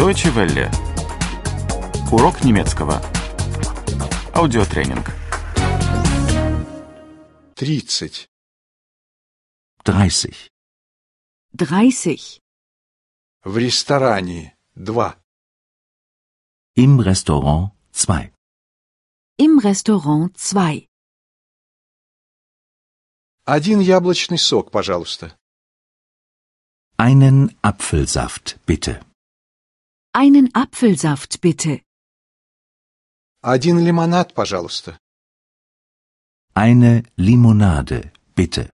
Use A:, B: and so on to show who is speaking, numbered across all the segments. A: Deutsche Welle. Урок немецкого. Аудиотренинг.
B: 30.
C: 30.
D: 30.
B: В ресторане 2.
C: Im Restaurant 2.
D: Im Restaurant 2.
B: Один яблочный сок, пожалуйста.
C: Einen Apfelsaft, bitte.
D: Einen Apfelsaft bitte.
B: Один лимонад, пожалуйста.
C: Eine Limonade, bitte.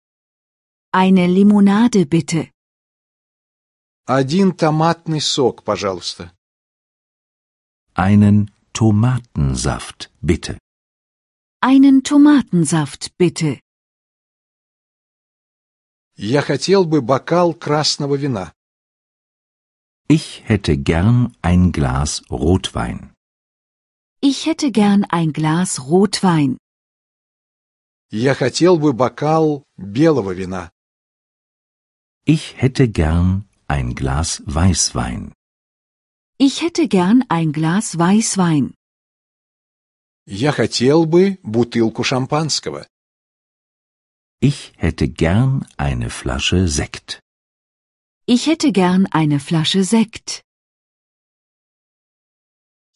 D: Eine Limonade bitte.
B: Один томатный сок, пожалуйста.
C: Einen Tomatensaft, bitte.
D: Einen Tomatensaft bitte.
B: Я хотел бы бокал красного вина.
C: Ich hätte gern ein Glas Rotwein.
D: Ich hätte gern ein Glas Rotwein.
B: Я хотел бы бокал белого вина.
C: Ich hätte gern ein Glas Weißwein.
D: Ich hätte gern ein Glas Weißwein.
B: Я хотел бы бутылку шампанского.
C: Ich hätte gern eine Flasche Sekt.
D: Ich hätte gern eine Flasche Sekt.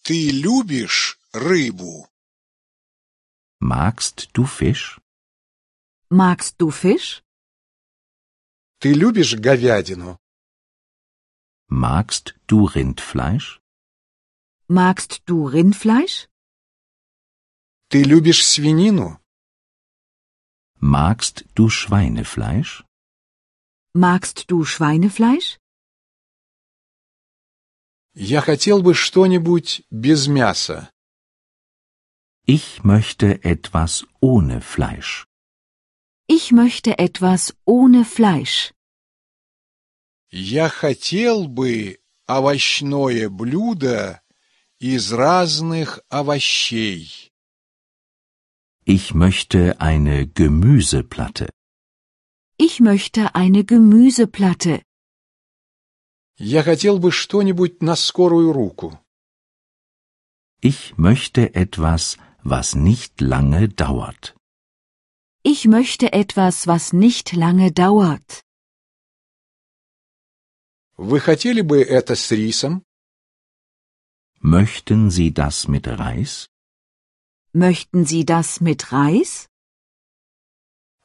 B: Ты любишь рыбу?
C: Magst du Fisch?
D: Magst du Fisch?
B: Ты любишь говядину?
C: Magst du Rindfleisch?
D: Magst du Rindfleisch?
B: Ты любишь свинину?
C: Magst du Schweinefleisch?
D: Magst du Schweinefleisch?
B: Я хотел бы что-нибудь без мяса.
C: Ich möchte etwas ohne Fleisch.
D: Ich möchte etwas ohne Fleisch.
B: Я хотел бы овощное блюдо из разных овощей.
C: Ich möchte eine Gemüseplatte.
D: Ich möchte eine Gemüseplatte.
B: Я хотел бы что-нибудь на скорую руку.
C: Ich möchte etwas, was nicht lange dauert.
D: Ich möchte etwas, was nicht lange dauert.
B: Вы хотели бы это с рисом?
C: Möchten Sie das mit Reis?
D: Möchten Sie das mit Reis?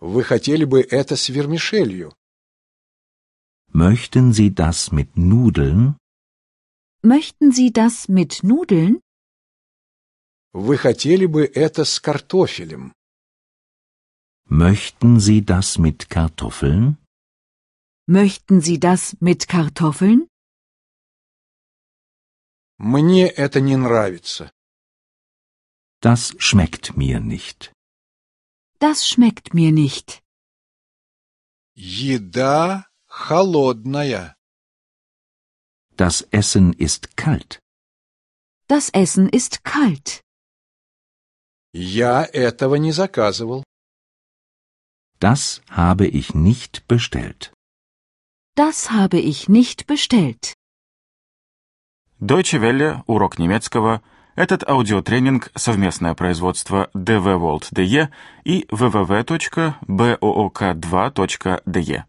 B: Вы хотели бы это с вермишелью?
C: Möchten Sie das mit Nudeln?
D: Möchten Sie das mit Nudeln?
B: Вы хотели бы это с картофелем?
C: Möchten Sie das mit Kartoffeln?
D: Möchten Sie das mit Kartoffeln?
B: Мне это не нравится.
C: Das schmeckt mir nicht.
D: Das schmeckt mir nicht.
B: Еда холодная.
C: Das Essen ist kalt.
D: Das Essen ist kalt.
B: Я этого не заказывал.
C: Das habe ich nicht bestellt.
D: Das habe ich nicht bestellt.
A: Deutsche Welle. Урок немецкого. Этот аудиотренинг – совместное производство DW World DE и www.book2.de.